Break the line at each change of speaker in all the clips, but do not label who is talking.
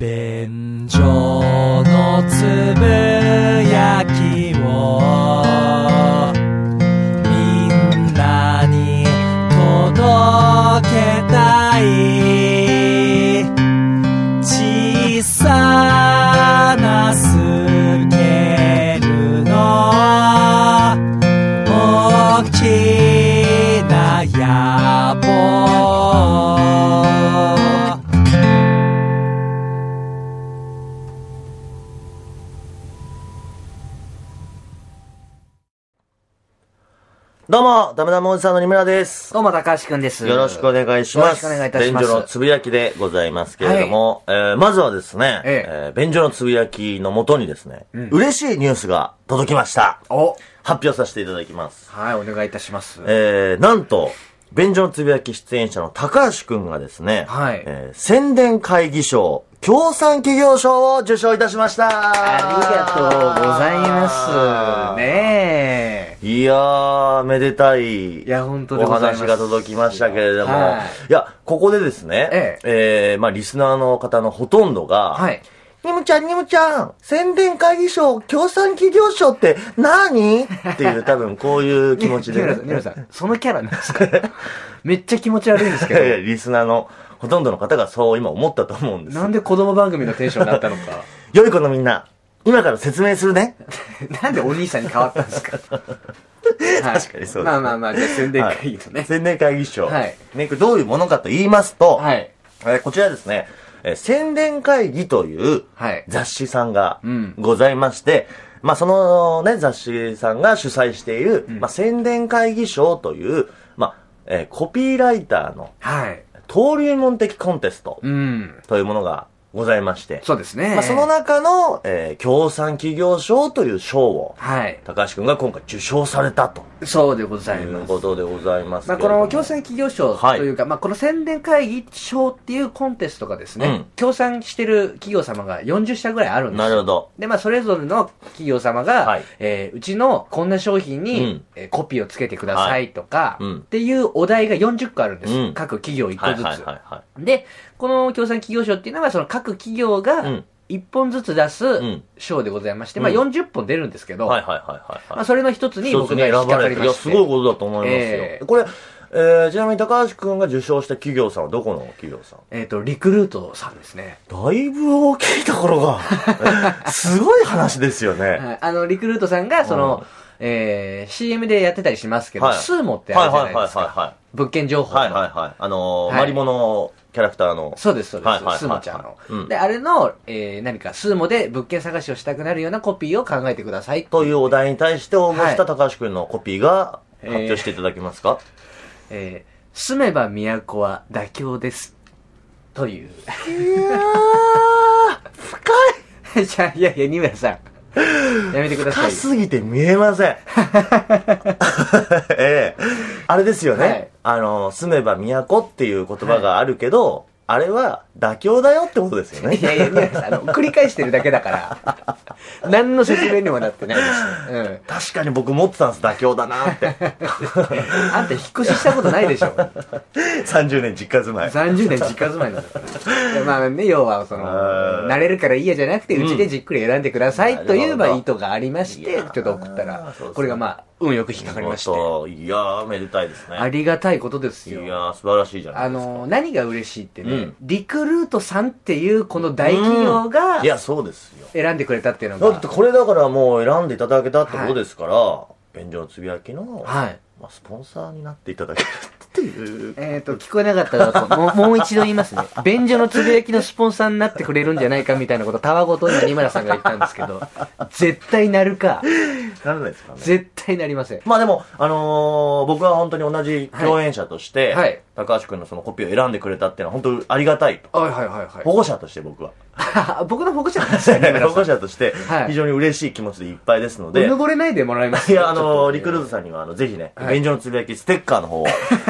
便所のつぶやきをみんなに届けたい小さなスケールの大きな野望
どうも、ダメダメおじさんの二村です。
どうも、高橋くんです。
よろしくお願いします。
よろしくお願いいたします
便所のつぶやきでございますけれども、えーまずはですね、
え
えー便所のつぶやきのもとにですね、嬉しいニュースが届きました。
お
発表させていただきます。
はい、お願いいたします。
えー、なんと、便所のつぶやき出演者の高橋くんがですね、
はい
えー宣伝会議賞、協賛企業賞を受賞いたしました
ありがとうございます。ねえ。
いやー、めでたい。
いや本当でございます
お話が届きましたけれども。、
はい
や、ここでですね、
え
えーまあ、リスナーの方のほとんどが、
はい。
にむちゃん、にむちゃん、宣伝会議賞、協賛企業賞って何っていう、多分こういう気持ちで、
ね ニムラさん、ニムラさんそのキャラなんですかめっちゃ気持ち悪いんです
い やいや
け
リスナーのほとんどの方がそう今思ったと思うんで
ど。
す。
なんで子供番組のテンションになったのか。
良い子のみんな、今から説明するね。
なんでお兄さんに変わったんですか確
かにそうですね
まあまあまあ、じゃあ宣伝会議と
は
ね
い。宣伝会議賞。
はい
ね、これどういうものかと言いますと、
はい。
えーこちらですね、えー宣伝会議という
はい
雑誌さんが
うん
ございまして、まあそのね、雑誌さんが主催している、まあ宣伝会議賞という、まあ、えーコピーライターの
はい。
登竜門的コンテスト
うん。
というものがございまして、
そうですね。
まあその中の、えー協賛企業賞という賞を、
はい。
高橋くんが今回受賞されたと
そうでござ
い
いま
う
す。
ことでございますけ
まあ、
れど
こ
も。
の共産企業賞
はい
というか、まあ、この宣伝会議賞っていうコンテストがですね、
うん
協賛してる企業様が40社ぐらいあるんですよ
なるほど。
で、まあ、それぞれの企業様が、
はい
えーうちのこんな商品に、
うん
えーコピーをつけてくださいと
は
か、
いうん
っていうお題が40個あるんです。
うん
各企業1
はい
個ずつ。
はいはいは
で、この協賛企業賞っていうのは、その各企業
う
が
ん
1本ずつ出す
ん
賞でございまして、
うん
まあ、40本出るんですけ
い。
ど、
はいはいはいはい
まあ、。それの一つに
一つ
僕
に
が
選
引っ
ば
かか
れ
り
た。
ま
いや、
して
すごいことだと思いますよ。
ええ
これ、えーちなみに高橋くんが受賞した企業さんはどこの企業さん
えっ、と、リクルートさんですね。
だいぶ大きいところ が、すごい話ですよね。
はいあの、リクルートさんが、その、えー、CM でやってたりしますけど、
はい
スーモってあ
はい
るじゃ
はい
ない
はい
ですか。
は
物件情
い。
報の。
はいはいはい。あのー、
はい
マリモのキャラクターの。
そうです、そうです、
はいはいはいはい
スーモちゃんの、
うん
で、あれの、えー、何か、スーモで物件探しをしたくなるようなコピーを考えてください。
というお題に対して応募した
は
高橋くんのコピーが
ええ
発表していただけますか、
えー、住めば都は妥協です。という。
いやー、深
じゃあ、いやいや、二村さん。やめてく
い
ださ
深
いよ。
すぎて見えませ ん。ええあれですよね。
はい
あの、住めば都っていう言葉があるけど、あれは妥協だよってことですよね
い。やいや、二村さん、あの、繰り返してるだけだから。 何の説明にもなってないですね。うん。
確かに僕持ってたんです、妥協だなって。
あんた引っ越ししたことないでしょ
30年実家住まい。
30年実家住まいなんだからいやまあね要はその
あー
慣れるからいいやじゃなくてうちでじっくり選んでくださ
うん
いという
な
ま
る
あ
ほ
意図がありましてちょっと送っ
そ
た
う
ら
そう
これがまあ運よく引っかかりまして
そういやー、めでたいですね。
ありがたいことです
いやー、
よ
素晴らしいじゃな
あ
いですか。
の何が嬉しいってね、
うん
リクルートさんっていうこの大企業が
いや、そうですよ。
選んでくれたっていうの
だって
が
これだからもう選んでいただけたってことですから、便所のつぶやきの、
はい
まあ、スポンサーになっていただけるっていう。
えっ、と聞こえなかったらもうもう一度言い ますね便所のつぶやきのスポンサーになってくれるんじゃないかみたいなことたわごと今二村さんが言ったんですけど絶対なるか
ならないですかね。
絶対なりません。
まあでも、あのー僕は本当に同じ共演者として、
はいはい
高橋君のそのコピーを選んでくれたっていうのは本当ありがたいと。
はいはいはい
保護者として僕 は。
はい。僕の僕じゃないですよ
保
ね、皆さ
護
ん。
者として
はい
非常に嬉しい気持ちでいっぱいですので、
うぬぼれないでもらいます
いや、あのーリクルー
ー
トさんには、あの、ぜひね、
はい
便所のつぶやきステッカーの 方を、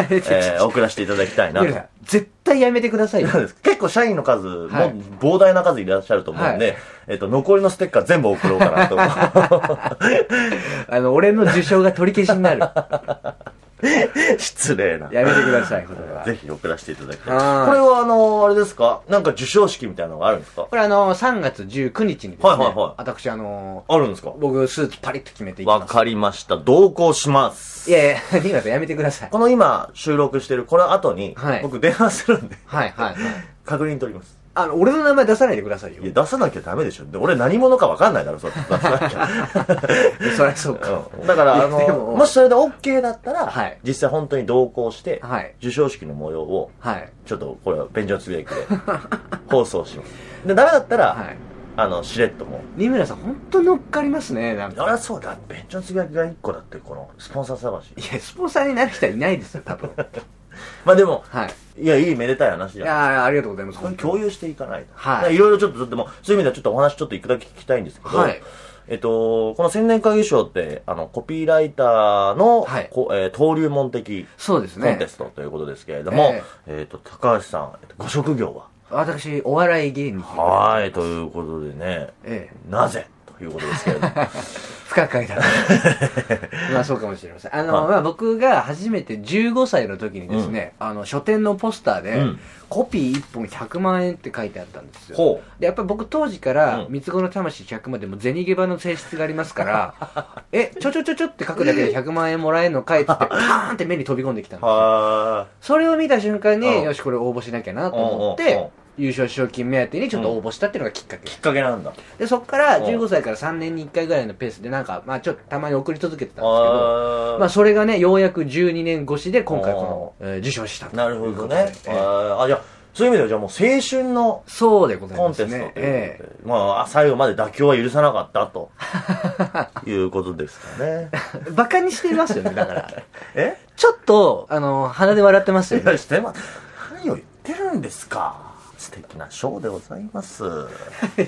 えー送らせていただきたいなと。
絶対やめてくださ いよ。
そうです結構社員の数、もう
はい
膨大な数いらっしゃると思うんで、
はい
えっと、残りのステッカー全部送ろう かなと。
あの、俺の受賞が取り消しになる。
失礼な。
やめてください、これは。
ぜひ送らせていただきたい。これ
はい
はあの、あれですかなんか授賞式みたいなのがあるんですか
これあの、3月19日にですね、
はいはいはい
私あの、
あるんですか
僕スーツパリッと決めていき
わ
ます。
かりました。同行します。
いやいや、 新村さんやめてください。
この今収録してるこの後に、
はい
僕電話するんで、
はいはいはい。
確認取ります。
あの、俺の名前出さないでくださいよ
いや、。出さなきゃダメでしょ。で俺何者かわかんないだろ、それ出さなきゃ。
そりゃそうか。
うんだから、あ
いやで
の、
も
もしそれで OK だったら、
はい
実際本当に同行して、
はい
授賞式の模様を、
はい。
ちょっとこれは便所のつぶやきで放送します。で、ダメだったら、
はい。
あの、しれっともう、
新村さん、本当乗っかりますね、なん
あら
か。
そうだ、便所のつぶやきが1個だって、このスポンサー探し
い。や、スポンサーになる人はいないですよ、多分。
まあでも、
はい。
いや、いいめでたい話
い
じゃん。
やーありがとうございます。
これ共有していかないと。
はい
だからいろいろちょっと、ちょっともうそういう意味ではちょっとお話ちょっといくだけ聞きたいんですけど、
はい
えっと、この千年会議賞って、あの、コピーライターの、
はい
こえー登竜門的
そうです
コン
ね
テ。ストということですけれども、えっ
え
と、高橋さん、えっとご職業は
私、お笑い芸人。
はーい、ということでね、
ええ。
なぜということですけれども、
不可 解だなまあそうかもしれませんあの、
はい
まあ、僕が初めて15歳の時にですね、あの書店のポスターで、
うん
コピー1本100万円って書いてあったんですよ
ほう。
でやっぱり僕当時から
う
「三つ子の魂100万」でも銭ゲバの性質がありますから えちょちょちょちょって書くだけで100万円もらえるのかいっつってパーンって目に飛び込んできたんですよ
は
それを見た瞬間
う
に
ん
よしこれ応募しなきゃなと思っ
うんうんうん
て優勝賞金目当てにちょっと応募したっていうのがきっかけ
ーい。きっかけなんだ。
でそっから
うん
15歳から3年に1回ぐらいのペースでなんか、まあ、ちょっとたまに送り続けてたんですけど
あー
まあ、それがねようやく12年越しで今回この、えー受賞したと
なるほど
い
ね
うこ。と
あ
でえー
ーあ、じゃあ、そういう意味では、じゃあもう青春の
そうでござい
コ
ま
ンテスト
す
という
ね
こ、とで、
ええ
まあ、最後まで妥協は許さなかった ということですかね。
バカにしてますよねだから
え
ちょっとあの鼻で笑ってますよ
い
ね
やしてます。何を言ってるんですか。素敵なショーでございます。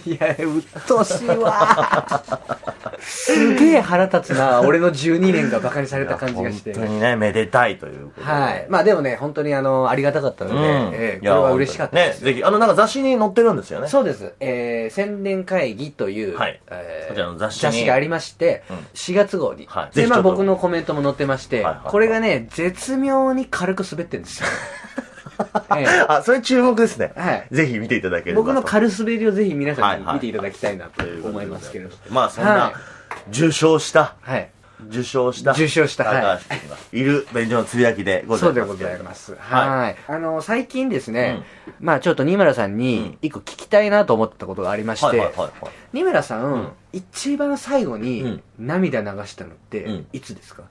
いやうっとうしいわ すげえ腹立つな俺の12年がバカにされた感じがして
いや本当にね、めでたいということで。
はいまあでもね本当にあのありがたかったの
う
で、
んい
ええこ
や
れは嬉しかったです、
ね、ぜひ、あの、なんか雑誌に載ってるんですよね。
そうです、えー、宣伝会議という、
はい
えー
こちらの雑誌に
がありまして、
うん
4月号に、
はいぜ
で
ひち
ま
ょ
あ
っと
僕のコメントも載ってまして、
はいはいはい
これがね絶妙に軽く滑ってる んですよ、ええ
あ、それ注目ですね。
はい
ぜひ見ていただければと。
僕の軽滑りをぜひ皆さんに
はいはい
見ていただきたいなと
ということで
思いますけれど、はい
まあ、そんな
はい、
受賞した、受賞した、
受賞したはい
高橋君がいる、便所のつぶやきでござ
そ
いう
で
ます。
ございます。
はい
はい。あの、最近ですね、まあちょっと新村さんに一個聞きたいなと思ったことがありまして、
はいはいはいはい。
新村さん、一番最後
う
に
ん
涙流したのって、
うん
いつですか、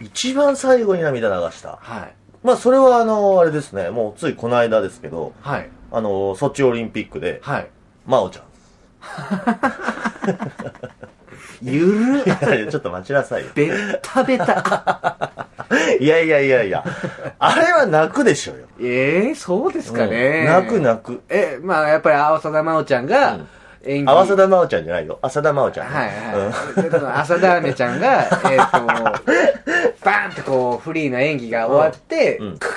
一番最後に涙流した。
はい。
まあ、それはあの、あれですね、もうついこの間ですけど、
はい。
あの、ソチオリンピックで、
はい。
真央ちゃん。
ゆるっ
いやいやちょっと待ちなさいよ。
べったべた。
いやいやいやいや、あれは泣くでしょうよ。
ええそうですか
うん
ね。
泣く泣く。
え、まあやっぱり浅田真央ちゃん
う
が
ん、
演技。
あわさだ真央ちゃんじゃないよ。浅田真央ちゃんね。
はい
うん
はい。で浅田アメちゃ んが、えっと、バーンってこう、フリーな演技が終わって、
うんうん
ククー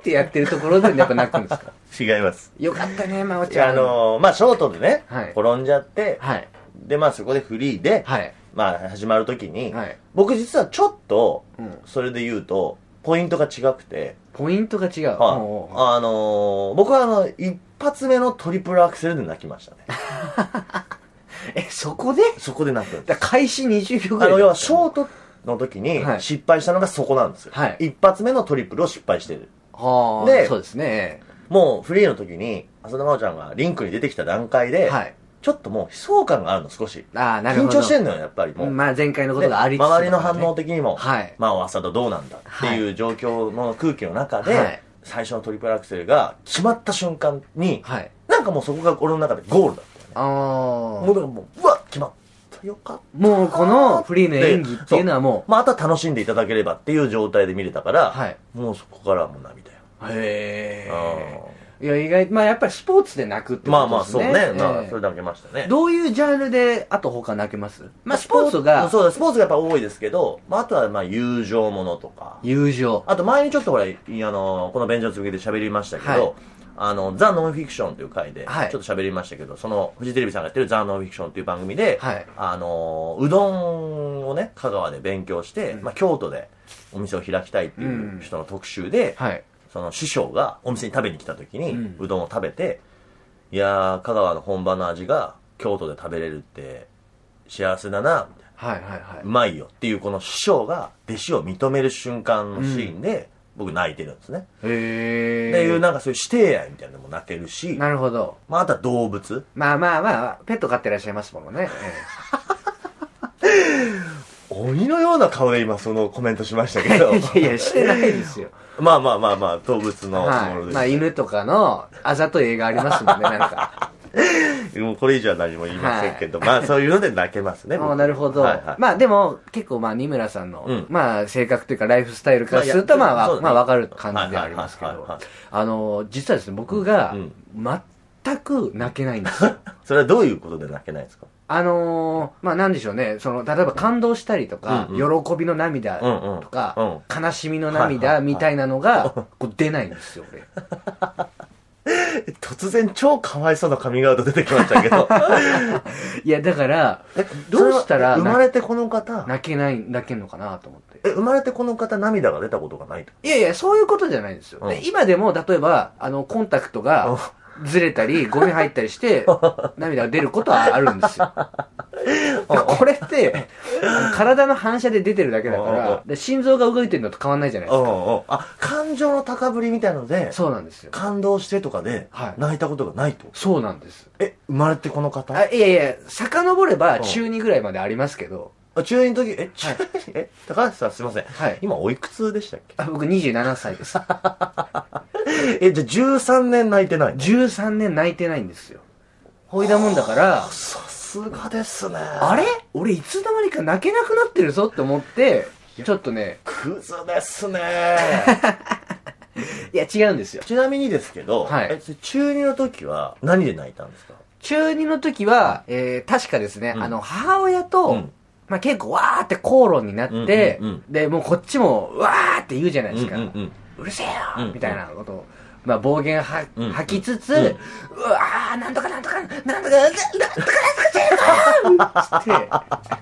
ってやってるところでやっぱ泣くんです か
違います。
よかったね、真央
い
ち
や、
ゃん。
あのーまあ、ショートでね、
はい
転んじゃって、
はい。
で、まあ、そこでフリーで、
はい。
まあ、始まるときに、
はい
僕実はちょっと、
うん
それで言うと、ポイントが違くて、
ポイントが違う。
はい
おうおう
あのー僕はあの、一発目のトリプルアクセルで泣きましたね。
え、そこで
そこで泣くんです
だから開始20秒ぐ
あ
らい。
の、要は、ショートの時に
はい
失敗したのがそこなんですよ。
はい
一発目のトリプルを失敗してる。
はあ、
で
そうですね。
もう、フリーの時に、浅田真央ちゃんがリンクに出てきた段階で、
はい。
ちょっともう悲壮感があるの、少し。
ああ、なる
緊
ほど。
張してんのよ、やっぱりもう。
まあ前回のことがありつつ、
で周りの反応。的にも、
はい
まあ、浅田どうなんだっていう状況の空気の中で、
はい
最初のトリプルアクセルが決まった瞬間に、
はい。
なんかもうそこが俺の中でゴールだったよね。
あ
も
あ。
うだからもう、うわ決まったよかった。
もうこのフリーの演技っていうのはも
まあ、あとは楽しんでいただければっていう状態で見れたから、
はい
もうそこからはもう涙よ。
う、へえ
うん。
いや、意外、まあやっぱりスポーツで泣くって
ま
こ
あま
と
あ、
です
そう
ね。
ね。まあ、
ええ
それだけましたね。
どういうジャンルで、あと他泣けますまあスポーツが、
そうだ、スポーツがやっぱ多いですけど、まあ、あとはまあ、友情ものとか。
友情。
あと前にちょっとほら、いあの、この便所の続きで喋りましたけど、あの、ザ・ノンフィクションという回で、ち
はい
ょっと喋りましたけど、その、フジテレビさんがやってるザ・ノンフィクションという番組で、
はい
あの、うどんをね、香川で勉強して、まあ、京都でお店を開きたいっていう人の特集で、
はい。
その師匠がお店に食べに来た時に、う
うん
どんを食べて、いやー、香川の本場の味が京都で食べれるって幸せだな、みたいな。
はいはいはいう
まいよっていうこの師匠が弟子を認める瞬間のシーンで、僕泣いてるんですね。
へ
っていう
ー。
なんかそういう師弟愛みたいなのも泣けるし、
なるほど。
まああとは動物。
まあまあまあ、ペット飼ってらっしゃいますもんね。
鬼のような顔で今そのコメントしましたけ
え
ど
え。いやいや、してないですよ。
まあまあまあ まあ、動物のもの
は
で
い。
す。
まあ犬とかのあざとい映画ありますもんね、なんか。
もうこれ以上は何も言いませんけど、まあそういうの で泣けますね。
ああ、なるほど
はいはい。
まあでも、結構まあ、二村さん
うん
の、まあ性格というかライフスタイルからすると、
まあ
ま
いや
あ
そう
わ、
だね
まあわかる感じではありますけ
はいはいはい
ど
はいはい、
あの、実はですね、僕が
うん、
全く泣けない んですよ。
それはどういうことで泣けないんですか
あのーまあなんでしょうね、その、例えば感動したりとか、
う
喜びの涙とか、悲しみの
はいはいは
涙
い
みたいなのが、こう出ないんですよ、 俺。
突然超かわいそうなカミングアウト出てきましたけ ど。
いや、だから、
え
どうしたら
それは生まれてこの方、
泣けない、泣けんのかなと思って。
え、生まれてこの方涙が出たことがないと。
いやいや、そういうことじゃないんですよ。
うん
で今でも、例えば、あの、コンタクトがずれたり、ゴミ入ったり して、涙が出ることはあるんですよ。これって、あの体の反射で出てるだけだか
うんうん
ら、で心臓が動いてるのと変わんないじゃないで
う
す
ん
か。
うんあ、感情の高ぶりみたいので、
そうなんですよ。
感動してとかで
は、い
泣いたことがないと。
そうなんです。
え、生まれてこの方
あいやいや、遡れば
うん
中2ぐらいまでありますけど、
あ中二の時、え、中二、 え、高橋さんすいません。
はい
今おいくつでしたっけ
あ僕27歳です。
え、じゃあ13年泣いてない
13年泣いてないんですよ。ほいだもんだから、
さすがですね。
あれ俺いつの間にか泣けなくなってるぞって思って、ちょっとね、
クズですね。
いや違うんですよ。
ちなみにですけど、
はい
えそれ中二の時は何で泣いたんですか
中2の時は、えー、確かですね、
うん
あの、母親と、
うん
まあ、結構わーって口論になって、
うんうん
で、もうこっちもわーって言うじゃないですか。う
うん うん
るせえよ、
うん
みたいなことを。まあ、暴言は、
うん
吐きつつ、
う
うんわー、なんとかなんとか、なんとか、なんとか、なんとかなんとかしてんのよつって、俺がなんとかなんとか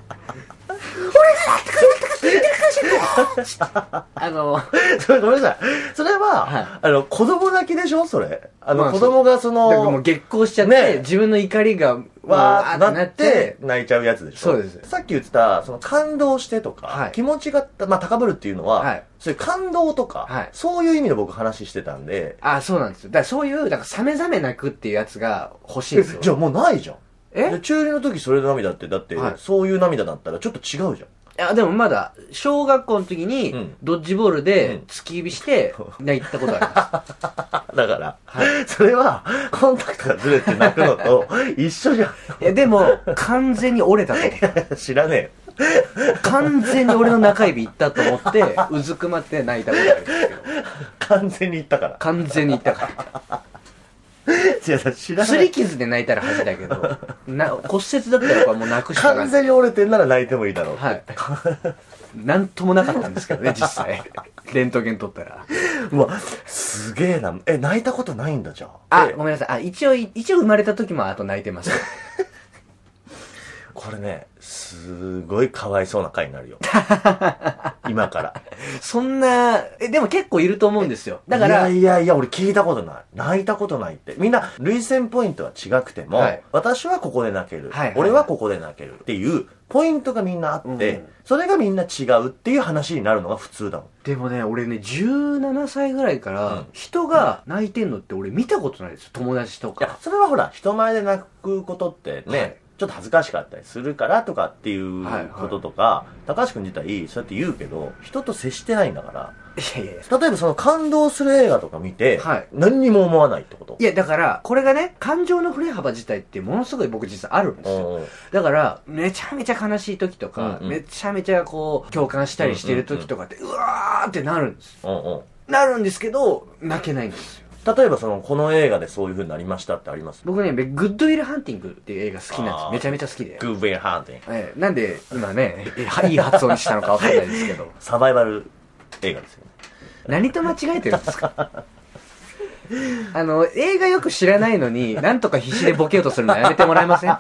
って言ってるかもしれないつってあの、
うんそれごめんなさい。それは、
はい
あの、子供泣きでしょそれ。あの、
まあ
子供がそ
だからも
の
う、激高しちゃって、
ね
自分の怒りが、
わー
わ
ってなって、、泣いちゃうやつでしょ
そうです
さっき言ってた、その、感動してとか、
はい
気持ちが、まあ、高ぶるっていうのは、
はい
そういう感動とか、
はい
そういう意味で僕話してたんで、
あ、そうなんですよ。だからそういう、だからサメザメ泣くっていうやつが欲しいん
え
ですよ。
じゃあもうないじゃん。
え
で中二の時それの涙って、だって、
はい
そういう涙だったらちょっと違うじゃん。
いや、でもまだ、小学校の時
う
に
ん、
ドッジボール
う
で
ん、
突き指して、泣いたことあります。
だから、それは、コンタクトがずれて泣くの と、一緒じゃん。
いや、でも、完全に折れたと思った。
知らね
完全に俺の中指行ったと思って、うずくまって泣いたことあるんですけど。
えよ。完全に言った から。
完全に行ったか
違う、知ら
ら。す
ない
り。傷で泣いたら恥だけど、 な骨折だったらやっぱもう泣くしかない。
完全に折れてんなら泣いてもいいだろう。
はい。なんともなかったんです けどね、実際。レントゲン撮ったら。
うわ、すげえな。え、泣いたことないんだじゃん。
あ
え、
ごめんなさい。あ、一応、一応生まれた時もあと泣いてます。
これね、すごいかわいそうな回にな るよ。今から。
そんな、え、でも結構いると思うんですよ。だから、
いやいやいや、俺聞いたことない。泣いたことないって。みんな、類戦ポイントは違くても、
はい
私はここで泣ける、
はいはい
俺はここで泣けるっていう、ポイントがみんなあって、
うん
それがみんな違うっていう話になるのが普通だもん。
でもね、俺ね、17歳ぐらいか
うん
ら、人が泣いてんのって俺見たことないですよ。友達と
いや
か、。
それはほら、人前で泣くことってね、
はい
ちょっと恥ずかしかったりするからとかっていう
はいはい
こととか、高橋くん自体、そうやって言うけど、人と接してないんだから、
いやいやいや。
例えばその感動する映画とか見て、
はい
何にも思わないってこと
い。や、だから、これがね、感情の振れ幅自体ってものすごい僕実はあるんですよ。
うん
だから、めちゃめちゃ悲しい時とか、
うんうん
めちゃめちゃこう、共感したりしてる時とかって、うわーってなるんですよ。
うんうん
なるんですけど、泣けないんですよ。
例えばその、この映画でそういう風になりましたってあります
僕ね、グッドウィルハンティングっていう映画好きなんです
あー
よ。めちゃめちゃ好きで。
グーベンハンティング。
ええなんで、今ね、えはいいい発音にしたのかわかんないですけど。
サバイバル映画ですよね。
何と間違えてるんですかあの、映画よく知らないのに、なんとか必死でボケようとするのやめてもらえません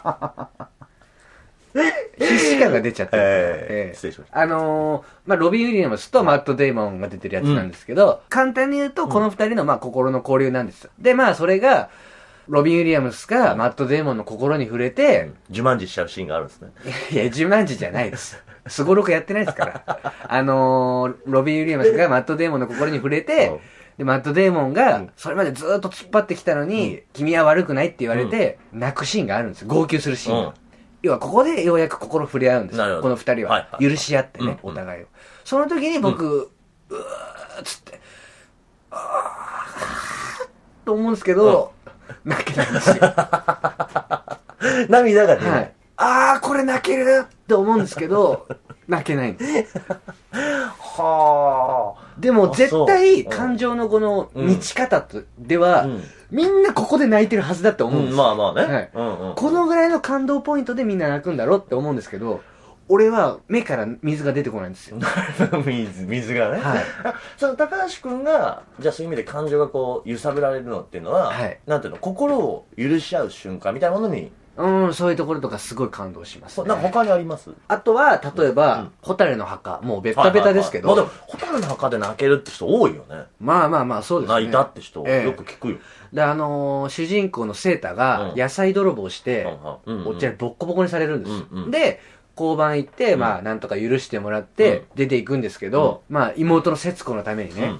必死感が出ちゃってるから
ええ失礼しまし
あのーまあ、ロビン・ウィリアムスとマット・デイモンが出てるやつなんですけど、簡単に言うと、この二人の、まあ、心の交流なんですよ。で、まあ、それが、ロビン・ウィリアムスがマット・デイモンの心に触れて、
自慢じしちゃうシーンがあるんですね。
いや、自慢じじゃないです。すごろくやってないですから。あのー、ロビン・ウィリアムスがマット・デーモンの心に触れ
うん
て、で、マット・デーモンが、それまでずっと突っ張ってきたのに、君は悪くないって言われて、泣くシーンがあるんですよ。号泣するシーンが。
うん
要は、ここでようやく心触れ合うんです
なるほ
よ。
ど
この二人
はい
は。
はい
許し合ってね、
うん
お互いを。その時に僕、うーっつって、あーと思うんですけど、泣けないんですよ。
涙が出る。
はい。ああ、これ泣けるって思うんです けど、泣けないんです。
はあ。
でも
あ
絶
そうう
対
ん
感情のこの
うん
満ち方とでは、
うん
みんなここで泣いてるはずだって思うんです、
まあまあね。
はい
うんうん。
このぐらいの感動ポイントでみんな泣くんだろうって思うんですけど、俺は目から水が出てこないんですよ。
水、水がね。
はい
あ その高橋くんが、じゃあそういう意味で感情がこう、揺さぶられるのっていうのは、
はい
なんていうの、心を許し合う瞬間みたいなものに、
うん、そういうところとかすごい感動します、
そうな
ね。
んか他にあります
あとは、例えば、
うん
ホタルの墓、もうベタベタですけど、
はいはいはいまあでも、ホタルの墓で泣けるって人多いよね。
まあまあまあ、そうですね。
泣いたって人、
ええ
よく聞くよ。
で、あのー主人公のセータが
うん
野菜泥棒して、
うんうんうん
お茶ボッコボコにされるんです、
うんうん
で交番行って、
ん
まあなんとか許してもらって出ていくんですけど、まあ妹の節子のためにね、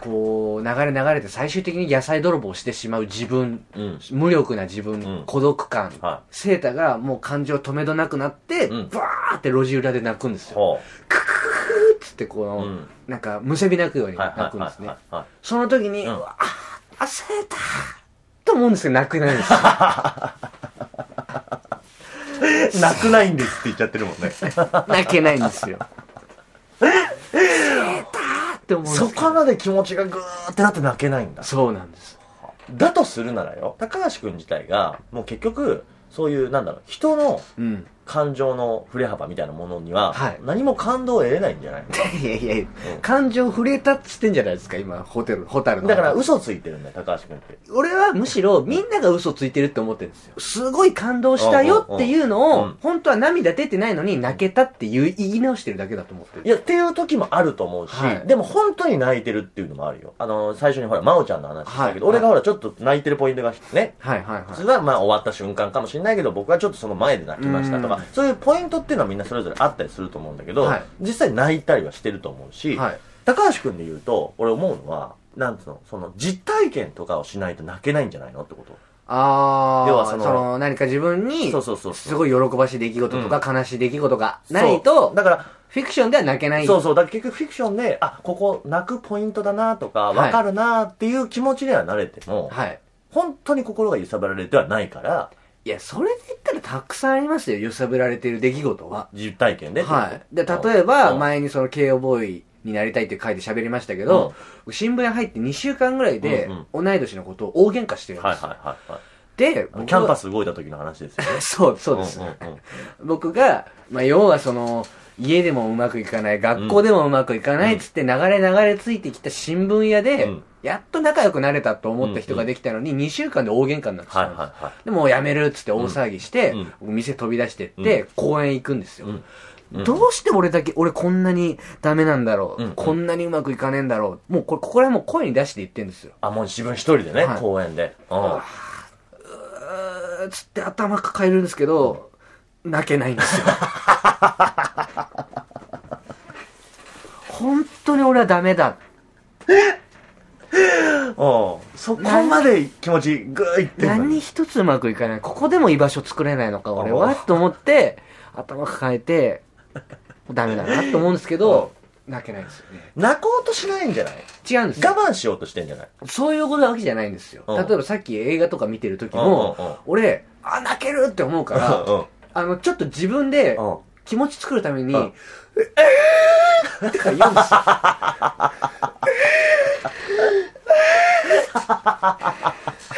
こう流れ流れて最終的に野菜泥棒をしてしまう自分
うん。うん。
無力な自分、
ん
孤独感、
は
セータがもう感情止めどなくなって、
うん
バーって路地裏で泣くんですよ、
は
ふーっつってこ
あ。
の、
うん。
なんかむせび泣くように
はい
泣
は
く
い
んです
はい
ね
はいはい。
その時に、
う
うんわあ焦ったと思うんですけど泣くないんですよ
泣くないんですって言っちゃってるもん ね。
泣けないんですよ焦ったって思うんです
そ
けど
こまで気持ちがグーってなって泣けないんだ。
そうなんです
だとするならよ、高橋くん自体が、もう結局、そういう、なんだろう、人の
うん
感情の振れ幅みたいなものには、
はい
何も感動を得れないんじゃない の
いやいやいや感情触れたっつってんじゃないですか今ホテルホタルの
だから嘘ついてるんだよ、高橋くんって。
俺はむしろみんなが嘘ついてるって思ってるんですよすごい感動したよっていうの
うんうん
を本当は涙出てないのに泣けたっていう言い直してるだけだと思って
い
る
や、っていう時もあると思うし、
はい
でも真当に泣いてるっていうのもあるよ。あの、最初にほら、真央ちゃんの話したけど、
はい
俺がほら、ちょっと泣いてるポイントがね、
はいはいは
それはまあ終わった瞬間かもしれないけど、僕はちょっとその前で泣きましたと
う
か
ん、
そういうポイントっていうのはみんなそれぞれあったりすると思うんだけど、
はい
実際泣いたりはしてると思うし、
いはい
高橋君で言うと、俺思うのは、なんつうの、その実体験とかをしないと泣けないんじゃないのってこと。
ああ
要はその
何か自分に
そうそうそうそう
すごい喜ばしい出来事とか悲しい出来事がない
そ
と
うだから、
フィクションでは泣けない
そうそう、だから結局フィクションで、あ、ここ泣くポイントだなとか、
い
わかるなっていう気持ちには慣れても、
はい
本当に心が揺さぶられてはないから、
いやそれで言ったらたくさんありますよ揺さぶられてる出来事は
実体験で。
はいで例えば
うん
前にその KO ボーイになりたいって書いて喋りましたけど、新聞に入って2週間ぐらいで
うん
同い年のことを大喧嘩してるん
はいはい
ですよ、
はいはい。
で
あのキャンパ
ス
ス動いた時の話ですよね。
そうそうです、
んうんうん
僕が、まあ、要はその家でもうまくいかない学校でもうまくいかないっつって流れ流れついてきた新聞屋で、
うん
やっと仲良くなれたと思った人ができたのに2週間で大喧嘩になってし
はい
ま
はい
うんです
は
でもうやめるっつって大騒ぎして、
うん
僕店飛び出してって、公園行くんですよ、
うん
どうして俺だけ、俺こんなにダメなんだろう、
うん
こんなにうまくいかねえんだろう。もうこれ、ここら辺もう声に出して言ってんですよ。
あ、もう自分一人でね、
はい
公園で。うん。
うーつって頭抱えるんですけど、泣けないんですよ。本当に俺はダメだ。
うんそこまで気持ちグーいってんの
何
に。
一つうまくいかない。ここでも居場所作れないのか、俺は。と思って、頭抱えて、ダメだなと思うんですけど、泣けないんですよね。
泣こうとしないんじゃない
違うんですよ。
我慢しようとしてんじゃない
そういうことなわけじゃないんですよ。
うん
例えばさっき映画とか見てる時も、
うんうんうん
俺、あ、泣けるって思うから、
うんうん
あの、ちょっと自分で
うん
気持ち作るために、
うん
えぇーってか言うんですよ。え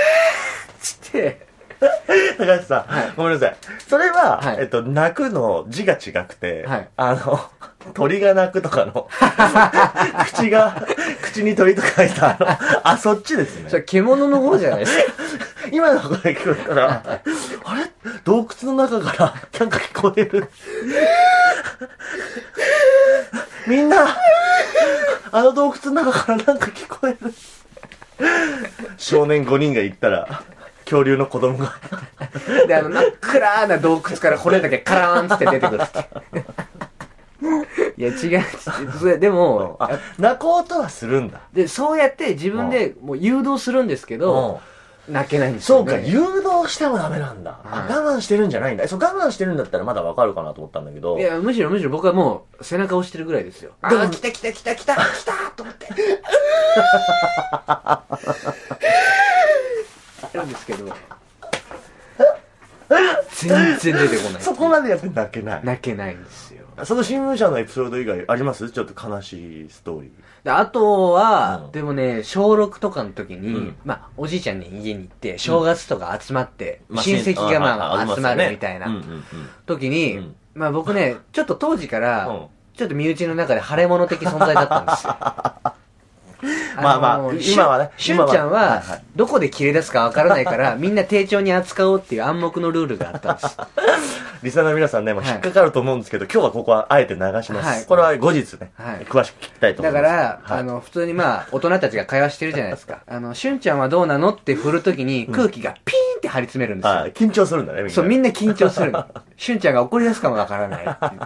ぇーって
高橋さん、ごめんなさい。それは、
はい
えっと、泣くの字が違くて、
はい
あの、鳥が泣くとかの、口が、口口に鳥と書いた、あの、あ、そっちです
それ
ね。
獣の方じゃないですか。
今の声聞こえたら、あれ洞窟の中から、なんか聞こえる。みんな、あの洞窟の中からなんか聞こえる。少年5人が行ったら、恐竜の子供が。
で、あの、真っ暗な洞窟から骨だけカラーンって出てくるって。いや、違うっつって。それでも、
あ、泣こうとはするんだ。
で、そうやって自分でもう誘導するんですけど、泣けないんです
そう
よ、
か、
ね。
誘導してもダメなんだ。あ
うん
我慢してるんじゃないんだ。えそう、我慢してるんだったらまだわかるかなと思ったんだけど。
いや、むしろむしろ僕はもう背中押してるぐらいですよ。あ
でも
ー、来た来た来た来た来たと思って。あるんですけど。全然出てこない。
そこまでやって泣けない。
泣けないんですよ。
その新聞社のエピソード以外ありますちょっと悲しいストーリー。
であとは、
うん
でもね、小6とかの時に、
うん
まあ、おじいちゃんに家に行って、正月とか集まって、
まあ
親戚がまあ、
りす
集
よ
ま
ね
るみたい
うんうん
な
うん
時に、
うん
まあ僕 ね、ちょっと当時から、
うん
ちょっと身内の中で腫れ物的存在だったんですよ。
まあまあ
のー
今はね
しゅ
今
ん
は
ちゃん
はい
は
はい、
どこで切れ出すかわからな いから、みんな丁重に扱おうっていう暗黙のルールがあったんです。
リスナーの皆さんね、もう
はい
引っかかると思うんですけど、今日はここはあえて流します。
はい
これは後日ね、
はい
詳しく聞きたいと思
だ
いま
か
す。
ら、
はい
あの、普通にまあ、大人たちが会話してるじゃないですか。あの、しゅんちゃんはどうなのって振るときに空気がピーンって張り詰めるんですよ。
はい緊張するんだね、みんな。
そう、みんな緊張す るの。しゅんちゃんが怒り出すかもわからないって言って。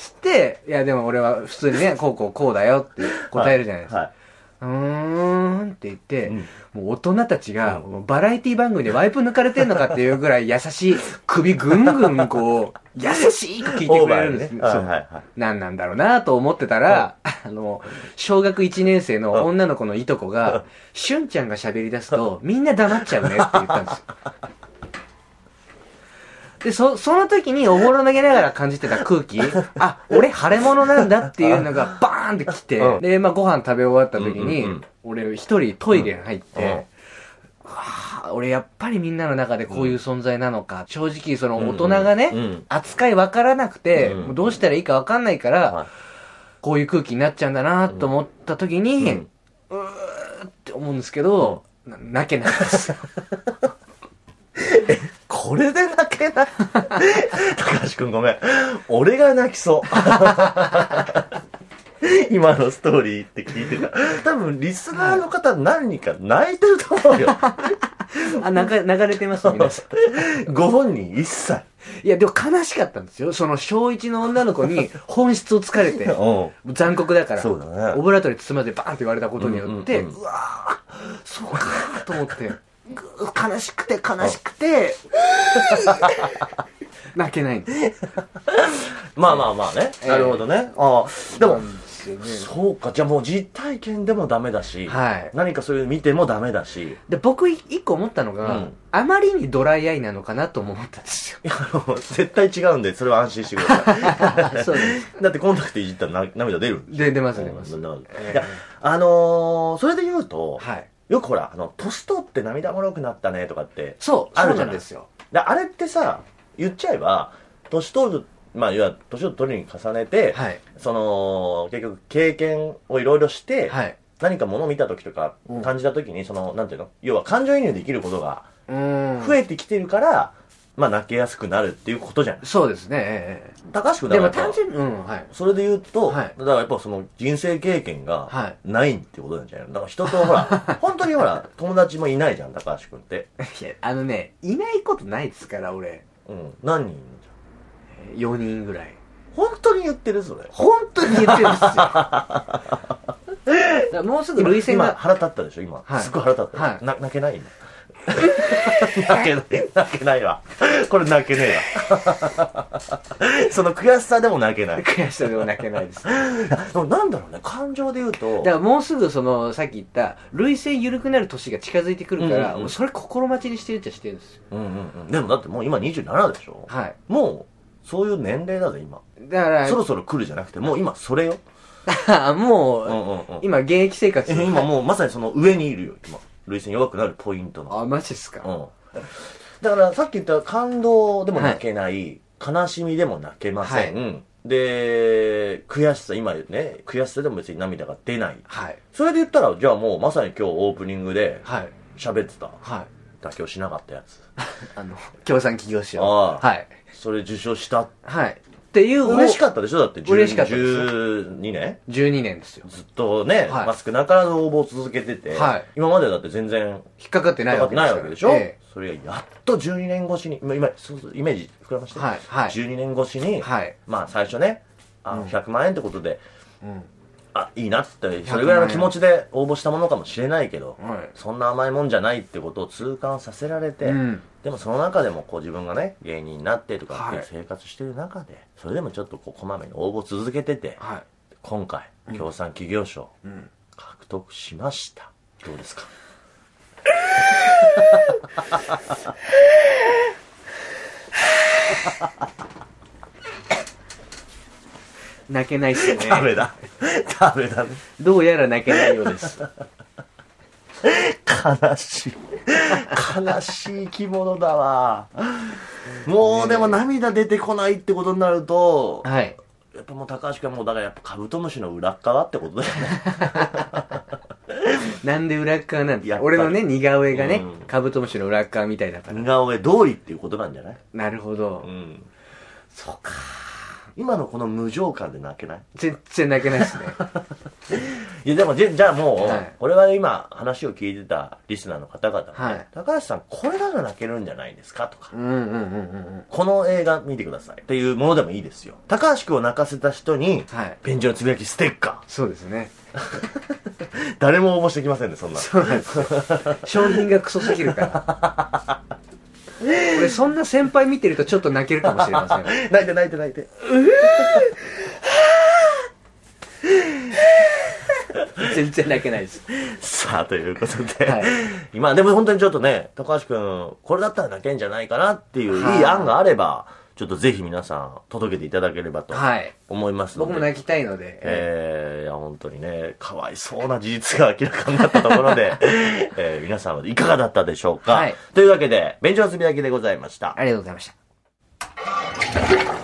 つって、いやでも俺は普通にね、こうこうこうだよって答えるじゃないですか。
は
うーんって言って、
うん
もう大人たちが、もうバラエティ番組でワイプ抜かれてんのかっていうぐらい優しい、首ぐんぐんこう、優しく聞いて
オ
く
ーバ
れる
ー
ん
で
です
ね。
ね。
はい
そ
は
う
いはい。
なんなんだろうなと思ってたら、あの、小学1年生の女の子のいとこが、しゅんちゃんが喋り出すと、みんな黙っちゃうねって言った んですよ。で、そ、その時におぼろ投げながら感じてた空 気、あ、俺腫れ物なんだっていうのがバーンって来て、
うん
で、まあご飯食べ終わった時に、
うんうんうん
俺一人トイレに入っ
う
て、
んうん
うわあ俺やっぱりみんなの中でこういう存在なのか、正直その大人がね、
うんうん
扱い分からなくて、
うん
もうどうしたらいいか分かんないから、
はい
こういう空気になっちゃうんだなと思った時に、う
うん
ーって思うんですけど、な泣けないです。
これで泣けない 高橋くんごめん。俺が泣きそう。 今のストーリーって聞いてた。多分、リスナーの方何人か泣いてると思 うよ。
あ、流れ流れてます、皆さ ん。
ご本人一切。
いや、でも悲しかったんですよ。その小一の女の子に本質を突かれ て、
うん。
残酷だから、
そうだね
オブラートに包まれてバーンって言われたことによって、
う
うん
うんう
わーそうかーと思って、ぐー悲しくて悲しく て、泣けないんです。
まあまあまあね。
ええ
なるほどね。ああ。でも
な、んですよね
そうか。じゃあもう実体験でもダメだし、
はい
何かそういうの見てもダメだし、
で僕い一個思ったのが、
うん。
あまりにドライアイなのかなとも思ったんですよ
あの、絶対違うんで、それは安心してください。
そうです。
だってコンタクトいじったらな涙出るんしょ
で出ます出ます
うんなるほど
ええ
いや、あのー、それで言うと、
はい。
よくほら、あの、年取って涙もろくなったねとかって、
そう、
あ
そ
る
う
じゃな
な
んい
ですよ。
であれってさ、言っちゃえば、年取る、まあ、いわゆる年を取るに重ねて、
はい。
その、結局経験をいろいろして、
はい。
何か物を見た時とか
うん
感じた時に、その、なんていうの要は感情移入できることが
うーん。
増えてきてるから、まあ泣けやすくなるっていうことじゃない
そうですね。え
高橋く
え
ん
でも
だからや
単
っぱ
純に、うん、はい。
それで言うと、
はい
だからやっぱその人生経験
は
が
い
ないってことなんじゃないのだから人とほら、本当にほら、友達もいないじゃん、高橋くんって。
いや、あのね、いないことないですから、俺。
うん。何人いるじゃん。
4人ぐらい。
本当に言ってるそれ。
本当に言ってるんですよ。 だからもうすぐ涙腺
今
が、
腹立ったでしょ今、
はい
すっごい腹立った、
はい
な泣け ない今泣けない泣けないわこれ泣けねえわ その悔しさでも泣け ない
悔しさでも泣けないです。
でもなんだろうね感情で言うと
だからもうすぐそのさっき言った涙腺緩くなる年が近づいてくるから、
うんうんうん
それ心待ちにしてるっちゃしてるんですよ
うんうんうんでもだってもう今27でしょ
はい
もうそういう年齢だぜ今
だから
そろそろ来るじゃなくてもう今それよ、
もう、
うんうんうん、
今現役生活
え今もうまさにその上にいるよ今涙腺弱くなるポイントの
あマジっすか、
うんだからさっき言った感動でも泣けない、悲しみでも泣けません、で、悔しさ、今ね、悔しさでも別に涙が出ない。
はい。
それで言ったら、じゃあもうまさに今日オープニングで
はい。
喋ってた。
はい。
妥協しなかったやつ。
あの、協賛企業賞。
ああ
はい。
それ受賞した。
はい。っていう
嬉し
っ
かったでしょだって10
嬉しかったです
12年
た。12年ですよ。
ずっとね、
はい
まあ、少なからず応募を続けてて、
はい
今までだって全然
引っかかってないわけですから
わけでしょ、
え
それがやっと12年越しに、今、今そうそうイメージ膨らまして、
はいはい
12年越しに、
はい
まあ最初ね、あの100万円ってことで、
えうん。
あ、いいなっつって、それぐらいの気持ちで応募したものかもしれないけど、
はい
そんな甘いもんじゃないってことを痛感させられて、
うん
でもその中でもこう自分がね、芸人になってとか
はい
生活してる中で、それでもちょっとこうこまめに応募続けてて、
は
今回、協賛企業賞、
い。うん。
獲得しましたどうですか
泣けないっすね。
ダメだダメだね
どうやら泣けないよう です。
悲しい悲しい生き物だわもうでも涙出てこないってことになると
はい。
やっぱもう高橋君はもうだからやっぱカブトムシの裏っ側ってことだよ ね
なんで裏っ側なん
やっ
だ
ぱり
俺のね、似顔絵がね
うん、
カブトムシの裏っ側みたいだから。
似顔絵通りっていうことなんじゃない
なるほど
う。んそうか今のこの無情感で泣けない
全然泣けないっすね。
いやでもじじゃあもう、
はい
これは今話を聞いてたリスナーの方々もね、
はい
高橋さんこれなら泣けるんじゃないですかとか
うんうんうんうんうん。
この映画見てくださいっていうものでもいいですよ高橋君を泣かせた人に、
はい
便所のつぶやきステッカ
そうですね。
ー誰も応募してきませんねそんなの
そうなんですよ。商品がクソすぎるから。 俺そんな先輩見てるとちょっと泣けるかもしれません。
泣いて泣いて泣いて
全然泣けないです。
さあということで、
はい
今でも本当にちょっとね高橋君これだったら泣けんじゃないかなっていう
はい
いい案があればちょっとぜひ皆さん届けていただければと
はい。
思いますの
僕
で、
も泣きたいので、
えーいや本当にね、かわいそうな事実が明らかになったところ で、えー皆さんはいかがだったでしょうか、
はい
というわけで、便所のつぶやきでございました。
ありがとうございました。